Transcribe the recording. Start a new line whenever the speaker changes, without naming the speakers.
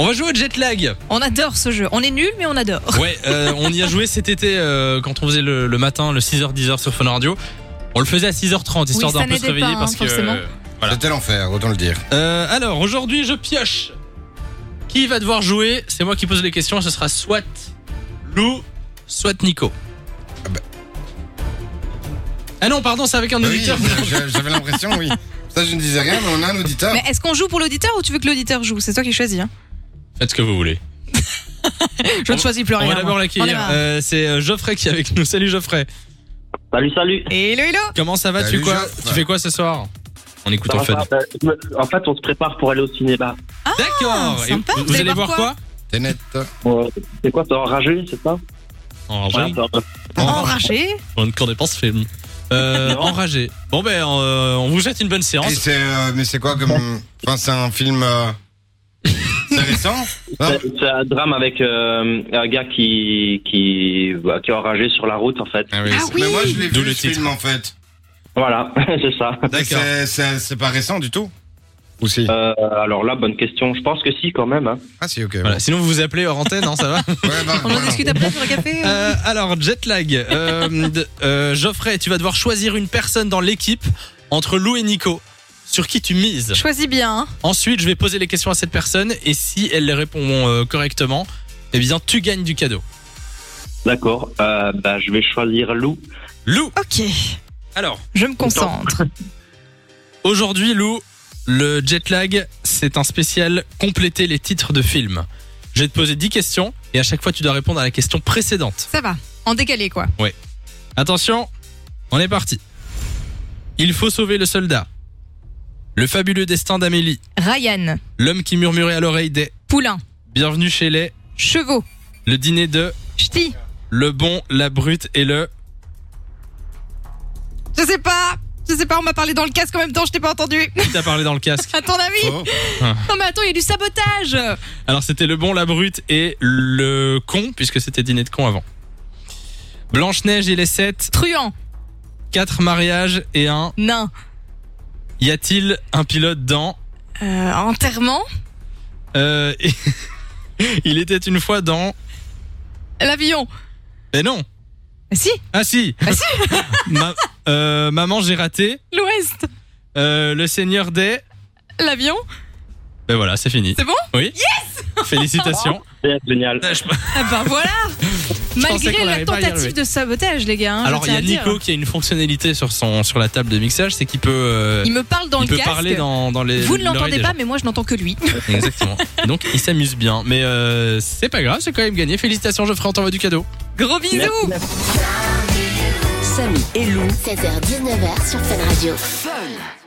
On va jouer au jet lag.
On adore ce jeu. On est nul, mais on adore.
Ouais, euh, on y a joué cet été euh, quand on faisait le, le matin, le 6h-10h sur Fun Radio. On le faisait à 6h30, histoire
ça
d'un peu se
n'aidait
réveiller
pas, hein,
parce que.
forcément.
Voilà.
C'était l'enfer, autant le dire.
Euh, alors, aujourd'hui, je pioche. Qui va devoir jouer C'est moi qui pose les questions. Ce sera soit Lou, soit Nico. Ah,
Ah bah.
non, pardon, c'est avec un
Oui,
auditeur.
j'a- j'avais l'impression, oui. Ça, je ne disais rien, mais on a un auditeur.
Mais est-ce qu'on joue pour l'auditeur ou tu veux que l'auditeur joue C'est toi qui choisis. Hein.
Faites ce que vous voulez.
Je ne choisis plus
On
rien.
va d'abord
moi. On est
l'accueillir.
marre.
Euh, c'est euh, Geoffrey qui est avec nous. Salut Geoffrey.
Salut, salut.
Hello, hello.
Comment ça va
Salut,
Tu quoi
Geoffrey.
Tu fais quoi ce soir On écoute
Ça
en
va
fait.
pas, euh, je me- en fait, on se prépare pour aller au cinéma.
D'accord. Et Ah,
sympa.
Vous, vous allez voir quoi,
T'es net.
Euh, c'est quoi, c'est enragé, c'est ça
En
Ouais, c'est enragé.
Oh.
Enragé.
ne connaît pas ce film. Euh,
Non.
enragé. Bon ben, euh, on vous jette une bonne
Et
séance.
c'est, euh, mais c'est quoi comme. Enfin, c'est un film. euh, C'est récent
ah.
Non.
C'est- C'est un drame avec euh, un gars qui, qui, bah, qui est enragé sur la route, en fait.
Ah oui,
Ah
c'est-
oui.
Mais moi, je l'ai
D'où
vu
le
ce
titre.
film en fait.
Voilà, c'est ça.
D'accord.
C'est- C'est c'est pas récent du tout Ou si
Euh, alors là, bonne question. Je pense que si, quand même. hein.
Ah, si, ok.
Voilà. Sinon vous vous appelez hors antenne, hein, ça va
bon. Ouais, bah,
On en
voilà.
discute après sur le café. euh.
Euh, Alors jet lag. Euh, d- euh, Geoffrey, tu vas devoir choisir une personne dans l'équipe entre Lou et Nico. Sur qui tu mises
Choisis bien. hein.
Ensuite, je vais poser les questions à cette personne et si elle les répond euh, correctement, eh bien tu gagnes du cadeau.
D'accord. Euh, bah, je vais choisir Lou.
Lou.
Ok.
Alors.
Je me concentre.
Aujourd'hui, Lou, le jet lag, c'est un spécial compléter les titres de films. Je vais te poser 10 questions et à chaque fois, tu dois répondre à la question précédente.
Ça va. En décalé, quoi.
Attention, on est parti. Il faut sauver le soldat. Le fabuleux destin d'Amélie.
Ryan.
L'homme qui murmurait à l'oreille des
Poulain.
Bienvenue chez les.
Chevaux.
Le dîner de
Ch'ti.
Le bon, la brute et le.
Je sais pas. Je sais pas, on m'a parlé dans le casque en même temps, je t'ai pas entendu.
Qui t'a parlé dans le casque
À ton avis
Faux.
Non, mais attends, il y a du sabotage.
Alors, c'était le bon, la brute et le con, puisque c'était dîner de con avant. Blanche-Neige et les 7,
Truand.
4 mariages et un.
Nain.
Y a-t-il un pilote dans
Euh, enterrement.
euh, Il était une fois dans.
L'avion.
Eh non
Ah, Si.
Ah si
Ah si
Ma- euh, Maman, j'ai raté.
L'Ouest.
Euh, le Seigneur des.
L'avion.
Ben voilà, c'est fini.
C'est bon
Oui. Yes Félicitations.
C'est génial.
Ah, je-
Ah bah voilà
pensais qu'on
Malgré la
allait pas y
tentative
arriver.
de sabotage, les gars. hein, je
Alors, il
tiens
y
à
a
le dire.
Nico qui a une fonctionnalité sur, son, sur la table de mixage, c'est qu'il peut. euh,
Il me parle dans
il
le
peut
casque.
parler dans, dans les.
Vous ne
l'oreille
l'entendez
des
pas, mais moi je n'entends que lui.
gens. Exactement. Et Donc, il s'amuse bien. Mais euh, c'est pas grave, c'est quand même gagné. Félicitations, Geoffrey, on t'envoie du cadeau.
Gros bisous
Samy et Lou.
16h-19h sur Fun Radio.
Fun.